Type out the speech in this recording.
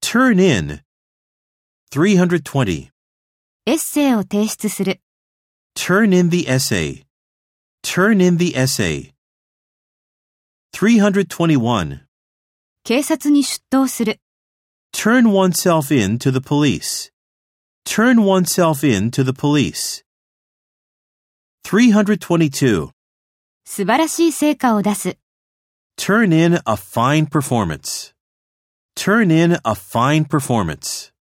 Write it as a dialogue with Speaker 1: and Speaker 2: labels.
Speaker 1: Turn in. 320.
Speaker 2: エッセイを提出する。
Speaker 1: Turn in the essay. Turn in the essay. 321.
Speaker 2: 警察に出頭する。
Speaker 1: Turn oneself in to the police. Turn oneself in to the police. 322.
Speaker 2: 素晴らしい成果を出す。
Speaker 1: Turn in a fine performance. Turn in a fine performance.